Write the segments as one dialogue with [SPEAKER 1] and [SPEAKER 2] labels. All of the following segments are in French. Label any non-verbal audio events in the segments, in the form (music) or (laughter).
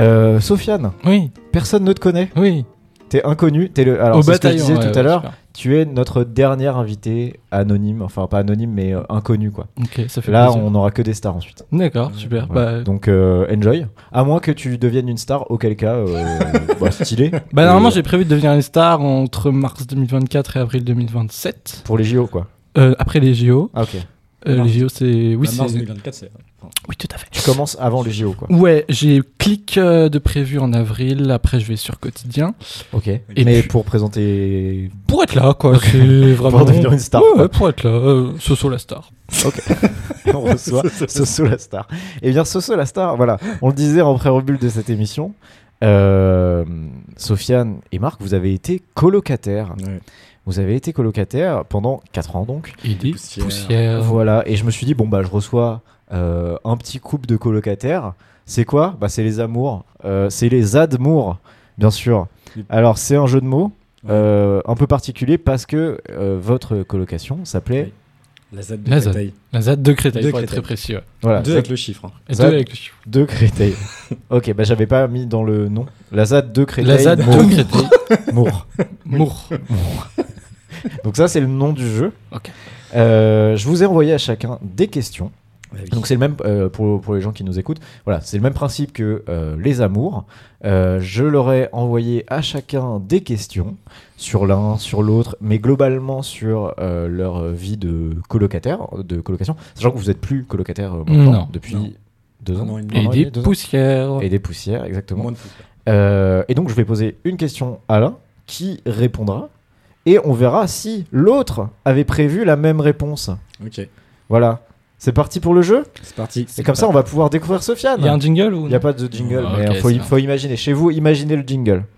[SPEAKER 1] Euh, Sofiane,
[SPEAKER 2] Oui,
[SPEAKER 1] personne ne te connaît.
[SPEAKER 2] oui.
[SPEAKER 1] T'es inconnu. T'es le. Alors,
[SPEAKER 2] Au
[SPEAKER 1] c'est ce que je
[SPEAKER 2] bataillon.
[SPEAKER 1] disais
[SPEAKER 2] ouais,
[SPEAKER 1] tout à
[SPEAKER 2] ouais,
[SPEAKER 1] l'heure.
[SPEAKER 2] super.
[SPEAKER 1] Tu es notre dernier invité anonyme. Enfin, pas anonyme, mais euh, inconnu, quoi.
[SPEAKER 2] Ok, ça fait
[SPEAKER 1] Là,
[SPEAKER 2] plaisir.
[SPEAKER 1] on n'aura que des stars ensuite.
[SPEAKER 2] D'accord, super.
[SPEAKER 1] Voilà.
[SPEAKER 2] Bah,
[SPEAKER 1] Donc, euh, enjoy. À moins que tu deviennes une star, auquel cas,
[SPEAKER 2] (laughs)
[SPEAKER 1] euh, bah, stylé. Et
[SPEAKER 2] bah, normalement, j'ai prévu de devenir une star entre mars 2024 et avril 2027.
[SPEAKER 1] Pour les JO, quoi.
[SPEAKER 2] Euh, après les JO.
[SPEAKER 1] Ah, ok.
[SPEAKER 2] Euh,
[SPEAKER 3] Mars.
[SPEAKER 2] les JO, c'est. Oui,
[SPEAKER 3] Bah,
[SPEAKER 2] c'est-
[SPEAKER 3] mars 2024, c'est.
[SPEAKER 2] oui, tout à fait.
[SPEAKER 1] Tu commences avant les JO,
[SPEAKER 2] (laughs)
[SPEAKER 1] quoi.
[SPEAKER 2] Ouais, j'ai clic euh, de prévu en avril. Après, je vais sur quotidien.
[SPEAKER 1] Ok.
[SPEAKER 2] Et
[SPEAKER 1] mais
[SPEAKER 2] puis-
[SPEAKER 1] pour présenter.
[SPEAKER 2] Pour être là, quoi. C'est
[SPEAKER 1] (laughs)
[SPEAKER 2] vraiment.
[SPEAKER 1] Pour devenir une star.
[SPEAKER 2] Ouais, ouais, pour être là. euh, Soso la star.
[SPEAKER 1] (laughs) on
[SPEAKER 3] (laughs)
[SPEAKER 1] reçoit Soso la star. Et bien Soso la star, voilà, on le disait en pré-rebule de cette émission, euh, Sofiane et Marc, vous avez été colocataires.
[SPEAKER 3] Ouais.
[SPEAKER 1] Vous avez été colocataires pendant 4 ans donc.
[SPEAKER 2] Il dit
[SPEAKER 3] Poussière.
[SPEAKER 2] poussière.
[SPEAKER 1] Voilà, et je me suis dit, bon bah je reçois euh, un petit couple de colocataires. C'est quoi Bah c'est les amours, Euh, c'est les admours, bien sûr. Alors c'est un jeu de mots. euh, un peu particulier parce que euh, votre colocation s'appelait
[SPEAKER 3] Oui. La Z de
[SPEAKER 2] La Z.
[SPEAKER 3] Créteil.
[SPEAKER 2] La ZAD de Créteil,
[SPEAKER 3] De
[SPEAKER 2] pour
[SPEAKER 3] Créteil.
[SPEAKER 2] être très précis. ouais.
[SPEAKER 1] voilà
[SPEAKER 3] Deux avec le chiffre. hein.
[SPEAKER 2] Et
[SPEAKER 1] Zad-
[SPEAKER 2] deux avec le chiffre.
[SPEAKER 1] De
[SPEAKER 2] (laughs)
[SPEAKER 1] Créteil. ok, bah j'avais pas mis dans le nom. La ZAD de Créteil.
[SPEAKER 2] La ZAD
[SPEAKER 1] (laughs) Mour.
[SPEAKER 2] de Créteil.
[SPEAKER 1] Mour.
[SPEAKER 2] Mour.
[SPEAKER 1] Donc ça, c'est le nom du jeu.
[SPEAKER 2] Ok.
[SPEAKER 1] Euh, je vous ai envoyé à chacun des questions.
[SPEAKER 3] Ouais, oui.
[SPEAKER 1] Donc c'est le même euh, pour, pour les gens qui nous écoutent. Voilà, c'est le même principe que euh, les amours. Euh, je leur ai envoyé à chacun des questions sur l'un, sur l'autre, mais globalement sur euh, leur vie de colocataire, de colocation. Sachant que vous êtes plus colocataire euh, maintenant
[SPEAKER 2] Non.
[SPEAKER 1] depuis
[SPEAKER 3] Non.
[SPEAKER 1] deux ans.
[SPEAKER 3] Un an et demi.
[SPEAKER 1] Un
[SPEAKER 2] Et
[SPEAKER 1] an
[SPEAKER 2] des
[SPEAKER 1] demi, deux ans.
[SPEAKER 2] poussières.
[SPEAKER 1] Et des poussières, exactement.
[SPEAKER 3] Moins de poussière.
[SPEAKER 1] Euh, et donc, je vais poser une question à l'un qui répondra. Et on verra si l'autre avait prévu la même réponse.
[SPEAKER 3] Ok,
[SPEAKER 1] Voilà. C'est parti pour le jeu.
[SPEAKER 3] c'est parti.
[SPEAKER 1] Et comme ça, on va pouvoir découvrir Sofiane.
[SPEAKER 2] Ah, Il y a un jingle ou
[SPEAKER 1] Il n'y a pas de jingle,
[SPEAKER 2] Ah,
[SPEAKER 1] mais
[SPEAKER 2] ok,
[SPEAKER 1] faut,
[SPEAKER 2] ça va.
[SPEAKER 1] faut imaginer. Chez vous, imaginez le jingle.
[SPEAKER 2] (laughs)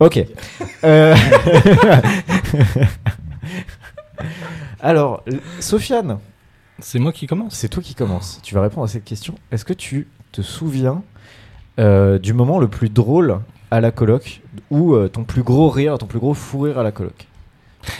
[SPEAKER 1] Ok. Euh, (laughs) Alors, Sofiane,
[SPEAKER 2] C'est moi qui commence.
[SPEAKER 1] c'est toi qui commences. Tu vas répondre à cette question. Est-ce que tu te souviens euh, du moment le plus drôle à la coloc ou euh, ton plus gros rire, ton plus gros fou rire à la coloc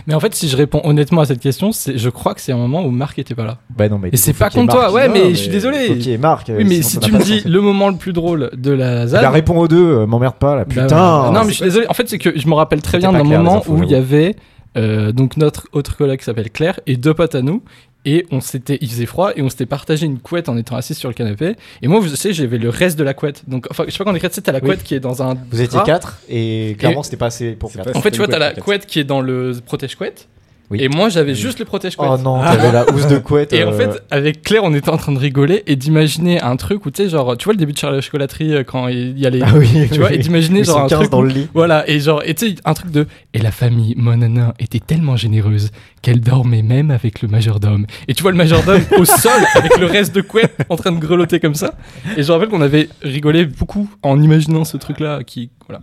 [SPEAKER 2] Mais en fait, si je réponds honnêtement à cette question, c'est- je crois que c'est un moment où Marc était pas là.
[SPEAKER 1] Bah non, mais
[SPEAKER 2] Et c'est pas contre toi, ouais,
[SPEAKER 3] non,
[SPEAKER 2] mais
[SPEAKER 1] hein,
[SPEAKER 3] mais
[SPEAKER 2] je suis désolé.
[SPEAKER 1] Ok, Marc. euh,
[SPEAKER 2] Oui,
[SPEAKER 1] sinon,
[SPEAKER 2] mais si
[SPEAKER 1] t'en as
[SPEAKER 2] tu
[SPEAKER 1] pas
[SPEAKER 2] me
[SPEAKER 1] de
[SPEAKER 2] dis
[SPEAKER 1] sens.
[SPEAKER 2] le moment le plus drôle de la ZAD.
[SPEAKER 1] Bah, réponds aux deux, euh, m'emmerde pas là.
[SPEAKER 2] bah,
[SPEAKER 1] Putain.
[SPEAKER 2] non, mais je suis désolé. En fait, c'est que je me rappelle très
[SPEAKER 1] C'était
[SPEAKER 2] bien
[SPEAKER 1] pas
[SPEAKER 2] d'un
[SPEAKER 1] clair, les
[SPEAKER 2] moment
[SPEAKER 1] infos,
[SPEAKER 2] où il y
[SPEAKER 1] j'avoue.
[SPEAKER 2] avait euh, donc notre autre collègue qui s'appelle Claire et deux potes à nous. Et on s'était, il faisait froid et on s'était partagé une couette en étant assis sur le canapé. Et moi, vous savez, j'avais le reste de la couette. Donc, enfin, je sais pas quand on est c'est t'as la
[SPEAKER 1] Oui.
[SPEAKER 2] couette qui est dans un.
[SPEAKER 1] Vous étiez
[SPEAKER 2] drap.
[SPEAKER 1] quatre et clairement c'était pas assez pour
[SPEAKER 3] C'est
[SPEAKER 1] quatre.
[SPEAKER 3] pas-
[SPEAKER 2] En fait, tu vois,
[SPEAKER 3] C'était
[SPEAKER 2] t'as
[SPEAKER 3] une
[SPEAKER 2] la
[SPEAKER 3] couette, en fait.
[SPEAKER 2] couette qui est dans le protège-couette.
[SPEAKER 1] Oui.
[SPEAKER 2] Et moi, j'avais
[SPEAKER 3] Oui.
[SPEAKER 2] juste le protège-couette.
[SPEAKER 1] Oh non, t'avais la housse de couette.
[SPEAKER 2] Ah. Et
[SPEAKER 1] euh,
[SPEAKER 2] en fait, avec Claire, on était en train de rigoler et d'imaginer un truc où, tu sais, genre, tu vois le début de Charlie et la chocolaterie euh, quand il y a les.
[SPEAKER 1] ah oui,
[SPEAKER 2] tu vois, et d'imaginer
[SPEAKER 1] ils
[SPEAKER 2] genre
[SPEAKER 1] sont
[SPEAKER 2] un
[SPEAKER 1] 15
[SPEAKER 2] truc.
[SPEAKER 1] dans
[SPEAKER 2] où-
[SPEAKER 1] le lit.
[SPEAKER 2] Voilà, et genre, et tu sais, un truc de. Et la famille Monana était tellement généreuse qu'elle dormait même avec le majordome. Et tu vois le majordome
[SPEAKER 1] (laughs)
[SPEAKER 2] au sol avec le reste de couette en train de grelotter comme ça. Et je rappelle qu'on avait rigolé beaucoup en imaginant ce truc-là qui. Voilà.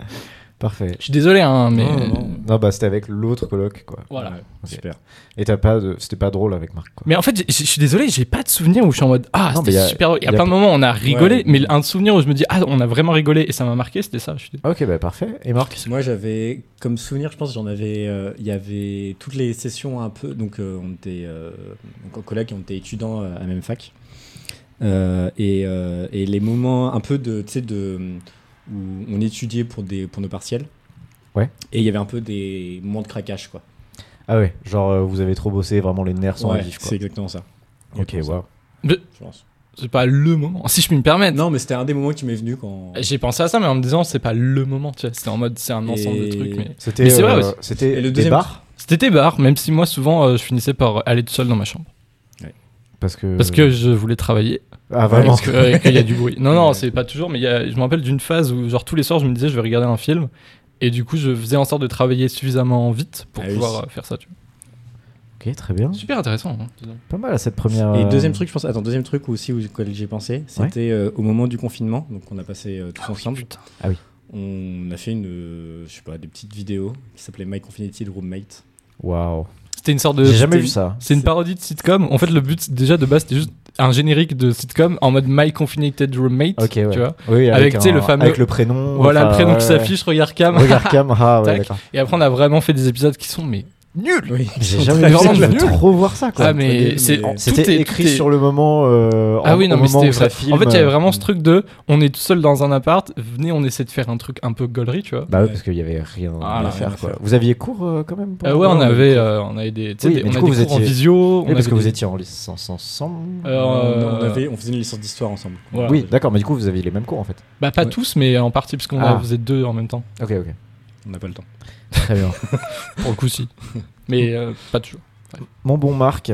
[SPEAKER 1] Parfait.
[SPEAKER 2] Je suis désolé, hein, mais.
[SPEAKER 3] Non, non,
[SPEAKER 1] Non, bah c'était avec l'autre coloc quoi.
[SPEAKER 2] Voilà.
[SPEAKER 3] Ouais, Super.
[SPEAKER 1] Et t'as pas de... c'était pas drôle avec Marc quoi.
[SPEAKER 2] Mais en fait, j'ai- je suis désolé, j'ai pas de souvenir où je suis en mode Ah,
[SPEAKER 1] Non, mais
[SPEAKER 2] c'était
[SPEAKER 1] y a-
[SPEAKER 2] super. drôle. Il y a
[SPEAKER 1] y a
[SPEAKER 2] plein de moments où on a rigolé,
[SPEAKER 3] Ouais.
[SPEAKER 2] mais un souvenir où je me dis Ah, on a vraiment rigolé et ça m'a marqué, c'était ça. Je suis-
[SPEAKER 1] Ok, bah parfait. Et Marc
[SPEAKER 3] Moi, j'avais, comme souvenir, je pense, j'en avais. euh, Il y avait toutes les sessions un peu. Donc, euh, on était. euh, donc, en collègue, on était étudiants euh, à la même fac. Euh, et, euh, et les moments un peu de. Tu sais, de. Où on étudiait pour, des, pour nos partiels.
[SPEAKER 1] Ouais.
[SPEAKER 3] Et il y avait un peu des moments de craquage, quoi.
[SPEAKER 1] Ah ouais, genre euh, vous avez trop bossé, vraiment les nerfs sont à
[SPEAKER 3] Ouais,
[SPEAKER 1] vif quoi.
[SPEAKER 3] c'est exactement ça.
[SPEAKER 1] Ok,
[SPEAKER 3] Exactement ça,
[SPEAKER 1] waouh.
[SPEAKER 3] je pense.
[SPEAKER 2] C'est pas le moment. Si je puis
[SPEAKER 1] (laughs)
[SPEAKER 2] me permettre.
[SPEAKER 3] Non, mais c'était un des moments qui m'est venu quand.
[SPEAKER 1] Euh,
[SPEAKER 2] J'ai pensé à ça, mais en me disant C'est pas le moment, tu vois. C'était en mode C'est un ensemble
[SPEAKER 3] Et-
[SPEAKER 2] de trucs. Mais...
[SPEAKER 1] C'était
[SPEAKER 2] Mais c'est vrai
[SPEAKER 1] euh,
[SPEAKER 2] aussi.
[SPEAKER 1] c'était
[SPEAKER 3] Et le
[SPEAKER 1] des
[SPEAKER 3] deuxième-
[SPEAKER 1] bars
[SPEAKER 2] C'était des bars, même si moi, souvent, euh, je finissais par aller tout seul dans ma chambre.
[SPEAKER 1] parce que
[SPEAKER 2] Parce que je voulais travailler.
[SPEAKER 1] ah vraiment.
[SPEAKER 2] Parce que- euh, qu'il y a du bruit. Non, non,
[SPEAKER 3] Ouais.
[SPEAKER 2] c'est pas toujours, mais il y a- je me rappelle d'une phase où, genre, tous les soirs, je me disais Je vais regarder un film. Et du coup, je faisais en sorte de travailler suffisamment vite pour
[SPEAKER 3] Ah oui.
[SPEAKER 2] pouvoir euh, faire ça. tu vois.
[SPEAKER 1] Ok, très bien.
[SPEAKER 2] Super intéressant. hein, dis donc.
[SPEAKER 1] Pas mal à cette première.
[SPEAKER 3] Et
[SPEAKER 1] euh,
[SPEAKER 3] deuxième truc, je pense, attends, deuxième truc aussi où- auquel j'ai pensé, c'était euh, au moment du confinement, donc on a passé euh, tous ensemble.
[SPEAKER 1] Ah oui.
[SPEAKER 3] On a fait une, euh, je sais pas, des petites vidéos qui s'appelait My Confinity de Roommate.
[SPEAKER 1] Waouh.
[SPEAKER 2] C'était une sorte de.
[SPEAKER 1] J'ai jamais
[SPEAKER 2] euh, c'était-
[SPEAKER 1] vu ça.
[SPEAKER 2] C'est une
[SPEAKER 3] C'est-
[SPEAKER 2] parodie de sitcom. En fait, le but c'est- déjà de base, c'était juste un générique de sitcom en mode My Confinated Roommate.
[SPEAKER 1] Ok, ouais.
[SPEAKER 2] Tu vois
[SPEAKER 1] Oui,
[SPEAKER 2] Avec,
[SPEAKER 1] avec,
[SPEAKER 2] tu sais,
[SPEAKER 1] un-
[SPEAKER 2] le fameux-
[SPEAKER 1] avec le prénom.
[SPEAKER 2] Voilà le
[SPEAKER 1] enfin,
[SPEAKER 2] prénom
[SPEAKER 1] ouais,
[SPEAKER 2] qui
[SPEAKER 1] ouais.
[SPEAKER 2] s'affiche, regarde Cam.
[SPEAKER 1] Regarde Cam, ah ouais,
[SPEAKER 2] Tac.
[SPEAKER 1] d'accord.
[SPEAKER 2] Et après, on a vraiment fait des épisodes qui sont mais nul.
[SPEAKER 3] (laughs) Oui.
[SPEAKER 1] J'ai
[SPEAKER 2] sont
[SPEAKER 1] jamais
[SPEAKER 2] très
[SPEAKER 1] vu
[SPEAKER 2] vraiment
[SPEAKER 1] ça,
[SPEAKER 3] (laughs)
[SPEAKER 1] je veux
[SPEAKER 2] nuls.
[SPEAKER 1] trop voir ça quoi.
[SPEAKER 2] Ah mais
[SPEAKER 3] mais
[SPEAKER 2] c'est
[SPEAKER 3] tout
[SPEAKER 2] tout
[SPEAKER 1] C'était
[SPEAKER 2] est-
[SPEAKER 1] écrit
[SPEAKER 2] tout est-
[SPEAKER 1] sur le moment. euh,
[SPEAKER 2] Ah
[SPEAKER 1] en-
[SPEAKER 2] oui non
[SPEAKER 1] au
[SPEAKER 2] mais
[SPEAKER 1] moment
[SPEAKER 2] c'était
[SPEAKER 1] où ça
[SPEAKER 2] vrai.
[SPEAKER 1] filme,
[SPEAKER 2] en fait il y avait
[SPEAKER 1] euh,
[SPEAKER 2] vraiment ce truc de on est tout seul dans un appart, venez on essaie de faire un truc un peu gaulerie tu vois.
[SPEAKER 1] Bah oui,
[SPEAKER 3] Ouais.
[SPEAKER 1] parce qu'il y avait rien
[SPEAKER 2] Ah,
[SPEAKER 1] à
[SPEAKER 2] là,
[SPEAKER 1] faire
[SPEAKER 3] rien à
[SPEAKER 1] quoi.
[SPEAKER 3] faire.
[SPEAKER 1] Vous aviez cours euh, quand même pour-
[SPEAKER 2] Euh, ouais on
[SPEAKER 1] Ouais,
[SPEAKER 2] avait euh, on avait des, tu sais,
[SPEAKER 1] Oui,
[SPEAKER 2] des-
[SPEAKER 1] mais
[SPEAKER 2] on
[SPEAKER 1] du
[SPEAKER 2] a
[SPEAKER 1] coup,
[SPEAKER 2] des
[SPEAKER 1] vous
[SPEAKER 2] cours en
[SPEAKER 1] étiez-
[SPEAKER 2] visio.
[SPEAKER 1] Oui,
[SPEAKER 2] on
[SPEAKER 1] parce
[SPEAKER 2] avait
[SPEAKER 1] que vous
[SPEAKER 2] des-
[SPEAKER 1] étiez en licence ensemble.
[SPEAKER 2] Euh,
[SPEAKER 3] on, avait, on faisait une licence d'histoire ensemble.
[SPEAKER 2] voilà.
[SPEAKER 1] oui, d'accord, mais du coup, vous aviez les mêmes cours en fait.
[SPEAKER 2] Bah pas
[SPEAKER 3] Ouais.
[SPEAKER 2] tous mais en partie parce qu'on
[SPEAKER 1] Ah.
[SPEAKER 2] a- vous êtes deux en même temps.
[SPEAKER 1] Ok, ok.
[SPEAKER 3] On n'a pas le temps.
[SPEAKER 1] Très bien.
[SPEAKER 2] Pour le coup si. Mais euh, pas toujours.
[SPEAKER 1] (laughs) Mon bon Marc,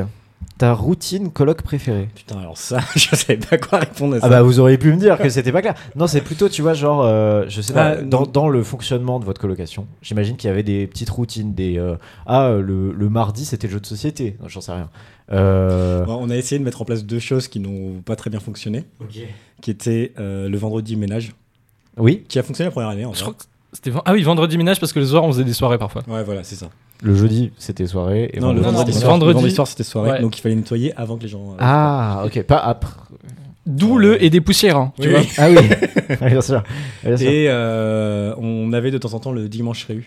[SPEAKER 1] ta routine colloque préférée
[SPEAKER 3] Putain, alors ça, (laughs) je savais pas quoi répondre à ça.
[SPEAKER 1] Ah bah vous auriez pu me dire que c'était pas clair. Non, c'est plutôt, tu vois, genre, euh, je sais pas,
[SPEAKER 3] Ah,
[SPEAKER 1] dans,
[SPEAKER 3] non.
[SPEAKER 1] dans le fonctionnement de votre colocation, j'imagine qu'il y avait des petites routines, des... euh, ah, euh, le, le mardi, c'était le jeu de société, Non, j'en sais rien. Euh,
[SPEAKER 3] Bon, on a essayé de mettre en place deux choses qui n'ont pas très bien fonctionné, qui étaient euh, le vendredi ménage,
[SPEAKER 1] Oui,
[SPEAKER 3] qui a fonctionné la première année. En
[SPEAKER 2] Je
[SPEAKER 3] vrai.
[SPEAKER 2] crois que c'était ven- ah oui vendredi ménage parce que le soir on faisait des soirées parfois.
[SPEAKER 3] Ouais, voilà, c'est ça.
[SPEAKER 1] le jeudi, c'était soirée. Et
[SPEAKER 3] non, le
[SPEAKER 2] non,
[SPEAKER 3] vendredi,
[SPEAKER 2] non,
[SPEAKER 3] soir,
[SPEAKER 2] vendredi-
[SPEAKER 3] le vendredi soir, c'était soirée,
[SPEAKER 2] Ouais.
[SPEAKER 3] donc il fallait nettoyer avant que les gens. euh,
[SPEAKER 1] Ah, ok, pas après.
[SPEAKER 2] D'où le et des poussières hein, tu
[SPEAKER 3] Oui, (laughs)
[SPEAKER 2] vois.
[SPEAKER 3] oui.
[SPEAKER 1] Ah oui, Ah, bien sûr. Bien sûr.
[SPEAKER 3] Et euh, on avait de temps en temps le dimanche réu.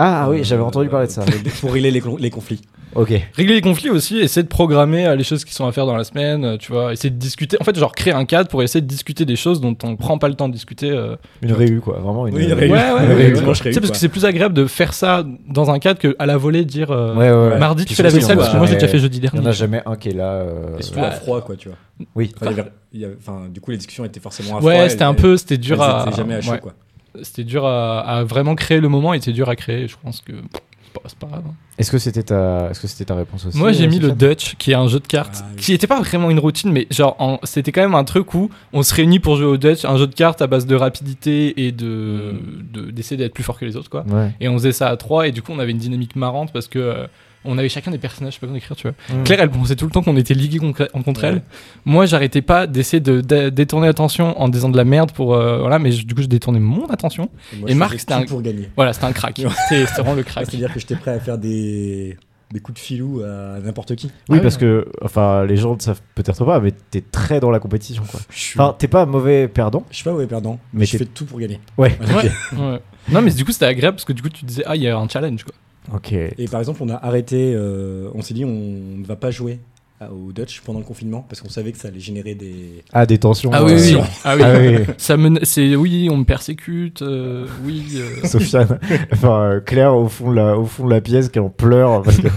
[SPEAKER 1] Ah oui,
[SPEAKER 3] Euh,
[SPEAKER 1] j'avais entendu parler de ça.
[SPEAKER 3] Pour, pour régler les, con- les conflits.
[SPEAKER 1] Ok.
[SPEAKER 2] Régler les conflits aussi, essayer de programmer euh, les choses qui sont à faire dans la semaine, euh, tu vois, essayer de discuter, en fait genre créer un cadre pour essayer de discuter des choses dont on ne prend pas le temps de discuter. euh.
[SPEAKER 1] Une réu, quoi. Vraiment une, euh,
[SPEAKER 3] Oui, une
[SPEAKER 2] Ouais,
[SPEAKER 3] réu.
[SPEAKER 2] ouais,
[SPEAKER 1] Ouais,
[SPEAKER 2] ouais,
[SPEAKER 1] ouais,
[SPEAKER 2] ouais.
[SPEAKER 1] ouais.
[SPEAKER 2] Tu sais, parce que c'est plus agréable de faire ça dans un cadre que à la volée de dire euh,
[SPEAKER 1] Ouais, ouais, ouais.
[SPEAKER 2] mardi tu
[SPEAKER 1] Puis
[SPEAKER 2] fais la
[SPEAKER 1] surtout,
[SPEAKER 2] vaisselle
[SPEAKER 1] il y en
[SPEAKER 2] parce que
[SPEAKER 1] a
[SPEAKER 2] moi j'ai
[SPEAKER 1] jamais-
[SPEAKER 2] déjà fait jeudi
[SPEAKER 1] Il y en
[SPEAKER 2] dernier.
[SPEAKER 1] a jamais un qui est là. euh,
[SPEAKER 3] Et surtout
[SPEAKER 2] Ouais.
[SPEAKER 3] à froid, quoi, tu vois.
[SPEAKER 1] Oui.
[SPEAKER 3] Enfin, il y avait- il y avait- enfin, du coup, les discussions étaient forcément à froid.
[SPEAKER 2] Ouais, c'était
[SPEAKER 3] elles-
[SPEAKER 2] un peu, c'était
[SPEAKER 3] elles
[SPEAKER 2] dur à,
[SPEAKER 3] étaient jamais à chaud,
[SPEAKER 2] ouais.
[SPEAKER 3] quoi.
[SPEAKER 2] c'était dur à, à vraiment créer le moment, et c'était dur à créer. Je pense que c'est pas, c'est pas grave. hein.
[SPEAKER 1] Est-ce que c'était ta, est-ce que c'était ta réponse aussi
[SPEAKER 2] Moi, j'ai
[SPEAKER 1] euh,
[SPEAKER 2] mis le
[SPEAKER 1] Sofiane
[SPEAKER 2] Dutch, qui est un jeu de cartes,
[SPEAKER 3] Ah, oui.
[SPEAKER 2] qui n'était pas vraiment une routine, mais genre, en- c'était quand même un truc où on se réunit pour jouer au Dutch, un jeu de cartes à base de rapidité et de
[SPEAKER 3] Hmm.
[SPEAKER 2] de- d'essayer d'être plus fort que les autres, quoi.
[SPEAKER 1] Ouais.
[SPEAKER 2] Et on faisait ça à trois, et du coup, on avait une dynamique marrante parce que euh, on avait chacun des personnages, je sais pas comment écrire, tu vois.
[SPEAKER 1] Mm.
[SPEAKER 2] Claire, elle pensait tout le temps qu'on était ligués contre, contre
[SPEAKER 3] Hmm. Ouais.
[SPEAKER 2] elle. Moi, j'arrêtais pas d'essayer de, dé- détourner l'attention en disant de la merde pour. euh, voilà, mais je- du coup, je détournais mon attention.
[SPEAKER 3] moi,
[SPEAKER 2] Et
[SPEAKER 3] je
[SPEAKER 2] Marc,
[SPEAKER 3] faisais
[SPEAKER 2] c'était
[SPEAKER 3] tout
[SPEAKER 2] un-
[SPEAKER 3] pour gagner.
[SPEAKER 2] Voilà, c'était un crack.
[SPEAKER 3] (laughs) Ouais.
[SPEAKER 2] C'était c'était vraiment le crack.
[SPEAKER 3] Ah, C'est-à-dire que j'étais prêt à faire des, des coups de filou à n'importe qui.
[SPEAKER 1] Oui,
[SPEAKER 2] Ah oui,
[SPEAKER 1] parce
[SPEAKER 2] non.
[SPEAKER 1] que, enfin, les gens ne savent peut-être pas, mais t'es très dans la compétition, quoi.
[SPEAKER 3] Je suis,
[SPEAKER 1] Enfin, t'es pas un mauvais perdant.
[SPEAKER 3] je suis pas mauvais perdant,
[SPEAKER 1] Mais
[SPEAKER 3] mais je
[SPEAKER 1] t'es-
[SPEAKER 3] fais tout pour gagner.
[SPEAKER 1] Ouais.
[SPEAKER 2] Ouais, ouais. Non, mais du coup, c'était agréable parce que du coup, tu disais, ah, il y a un challenge, quoi.
[SPEAKER 1] Ok.
[SPEAKER 3] Et par exemple, on a arrêté, euh, on s'est dit on ne va pas jouer à- au Dutch pendant le confinement parce qu'on savait que ça allait générer des.
[SPEAKER 1] Ah, des tensions.
[SPEAKER 2] Ah oui, oui.
[SPEAKER 1] euh,
[SPEAKER 2] Ah oui.
[SPEAKER 1] (laughs) Ah oui.
[SPEAKER 2] Ça me, c'est, oui, on me persécute, euh, oui. euh.
[SPEAKER 1] Sofiane, enfin euh, Claire au fond de la, au fond de la pièce qui en pleure parce que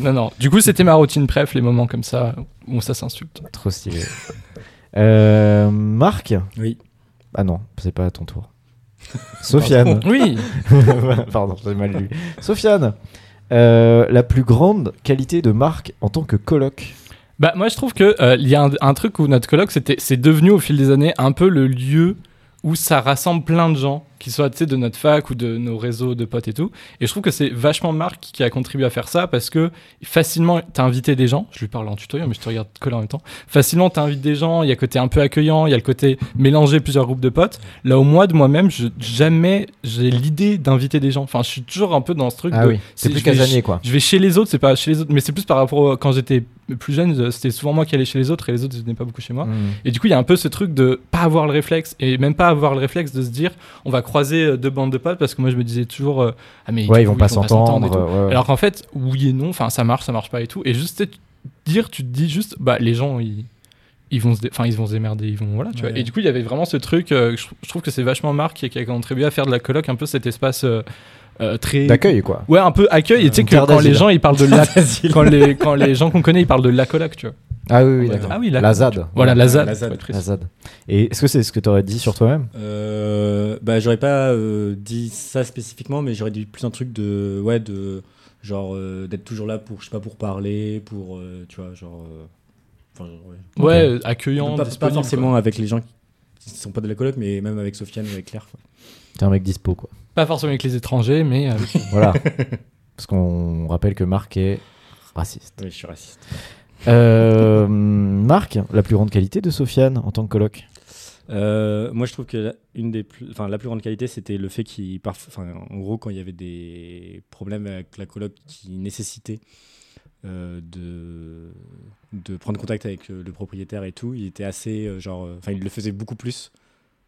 [SPEAKER 2] Non, non. Du coup, c'était ma routine, bref, les moments comme ça où ça s'insulte.
[SPEAKER 1] (laughs) trop stylé. Euh, Marc,
[SPEAKER 3] Oui.
[SPEAKER 1] ah non, c'est pas à ton (laughs) tour. Sofiane,
[SPEAKER 2] Oui.
[SPEAKER 1] (laughs) Pardon, j'ai mal lu. Sofiane, euh, la plus grande qualité de Marc en tant que coloc.
[SPEAKER 2] Bah, moi, je trouve que euh, il y a un, un truc où notre colloque, c'était, c'est devenu au fil des années un peu le lieu où ça rassemble plein de gens, qui soient tu sais, de notre fac ou de nos réseaux de potes et tout. Et je trouve que c'est vachement Marc qui a contribué à faire ça parce que facilement t'as invité des gens. Je lui parle en tutoyant, mais je te regarde coller en même temps. Facilement t'invites des gens. Il y a le côté un peu accueillant, il y a le côté mélanger plusieurs groupes de potes. Là au moi de moi-même, je, jamais j'ai l'idée d'inviter des gens. Enfin, je suis toujours un peu dans ce truc. de,
[SPEAKER 1] Ah c'est
[SPEAKER 2] si
[SPEAKER 1] plus
[SPEAKER 2] je vais
[SPEAKER 1] casanier quoi.
[SPEAKER 2] je vais chez les autres, c'est pas chez les autres, mais c'est plus par rapport au- quand j'étais plus jeune, euh, c'était souvent moi qui allais chez les autres et les autres ils venaient pas beaucoup chez moi.
[SPEAKER 1] Mm.
[SPEAKER 2] Et du coup, il y a un peu ce truc de pas avoir le réflexe et même pas avoir le réflexe de se dire on va croiser euh, deux bandes de potes parce que moi je me disais toujours euh, ah mais
[SPEAKER 1] Ouais,
[SPEAKER 2] du
[SPEAKER 1] ils vont
[SPEAKER 2] coup,
[SPEAKER 1] pas
[SPEAKER 2] et
[SPEAKER 1] s'entendre.
[SPEAKER 2] tout.
[SPEAKER 1] euh, ouais.
[SPEAKER 2] Alors qu'en fait, oui et non, enfin ça marche, ça marche pas et tout. Et juste tu- dire, tu te dis juste bah les gens ils ils vont se, dé- enfin ils vont se démerder, ils vont voilà, tu vois.
[SPEAKER 3] Ouais.
[SPEAKER 2] Et du coup, il y avait vraiment ce truc. euh, je, je trouve que c'est vachement Marc qui, qui a contribué à faire de la coloc un peu cet espace euh, euh, très
[SPEAKER 1] D'accueil quoi.
[SPEAKER 2] Ouais, un peu accueil. Et tu sais
[SPEAKER 1] Une
[SPEAKER 2] que
[SPEAKER 1] terre
[SPEAKER 2] quand les
[SPEAKER 1] d'asile.
[SPEAKER 2] gens
[SPEAKER 1] (laughs)
[SPEAKER 2] ils parlent de la,
[SPEAKER 3] Facile.
[SPEAKER 2] quand les quand les gens qu'on connaît ils parlent de la coloc, tu vois.
[SPEAKER 1] Ah oui, oui,
[SPEAKER 3] Ouais.
[SPEAKER 1] d'accord.
[SPEAKER 2] Ah oui, la,
[SPEAKER 1] La ZAD.
[SPEAKER 2] Voilà, la ZAD.
[SPEAKER 3] La ZAD.
[SPEAKER 2] faut être précis.
[SPEAKER 1] La ZAD. Et est-ce que c'est ce que t'aurais dit sur toi-même
[SPEAKER 3] Euh, bah, j'aurais pas euh, dit ça spécifiquement, mais j'aurais dit plus un truc de. Ouais, de. Genre, euh, d'être toujours là pour, je sais pas, pour parler, pour. euh, tu vois, genre. euh, Enfin, ouais.
[SPEAKER 2] Ouais, euh, accueillant,
[SPEAKER 3] Pas- pas,
[SPEAKER 2] disponible,
[SPEAKER 3] forcément
[SPEAKER 2] quoi.
[SPEAKER 3] avec les gens qui sont pas de la coloc, mais même avec Sofiane ou avec Claire. quoi.
[SPEAKER 1] T'es un mec dispo quoi.
[SPEAKER 2] Pas forcément avec les étrangers, mais
[SPEAKER 1] (laughs)
[SPEAKER 2] euh,
[SPEAKER 1] Voilà. Parce qu'on rappelle que Marc est raciste.
[SPEAKER 3] Oui, je suis raciste.
[SPEAKER 1] Euh, (laughs) Marc, la plus grande qualité de Sofiane en tant que coloc
[SPEAKER 3] Euh, moi, je trouve que la, une des plus, enfin, la plus grande qualité, c'était le fait qu'il, parf- enfin, en gros, quand il y avait des problèmes avec la coloc qui nécessitaient euh, de de prendre contact avec euh, le propriétaire et tout, il était assez, euh, genre, euh, enfin, il le faisait beaucoup plus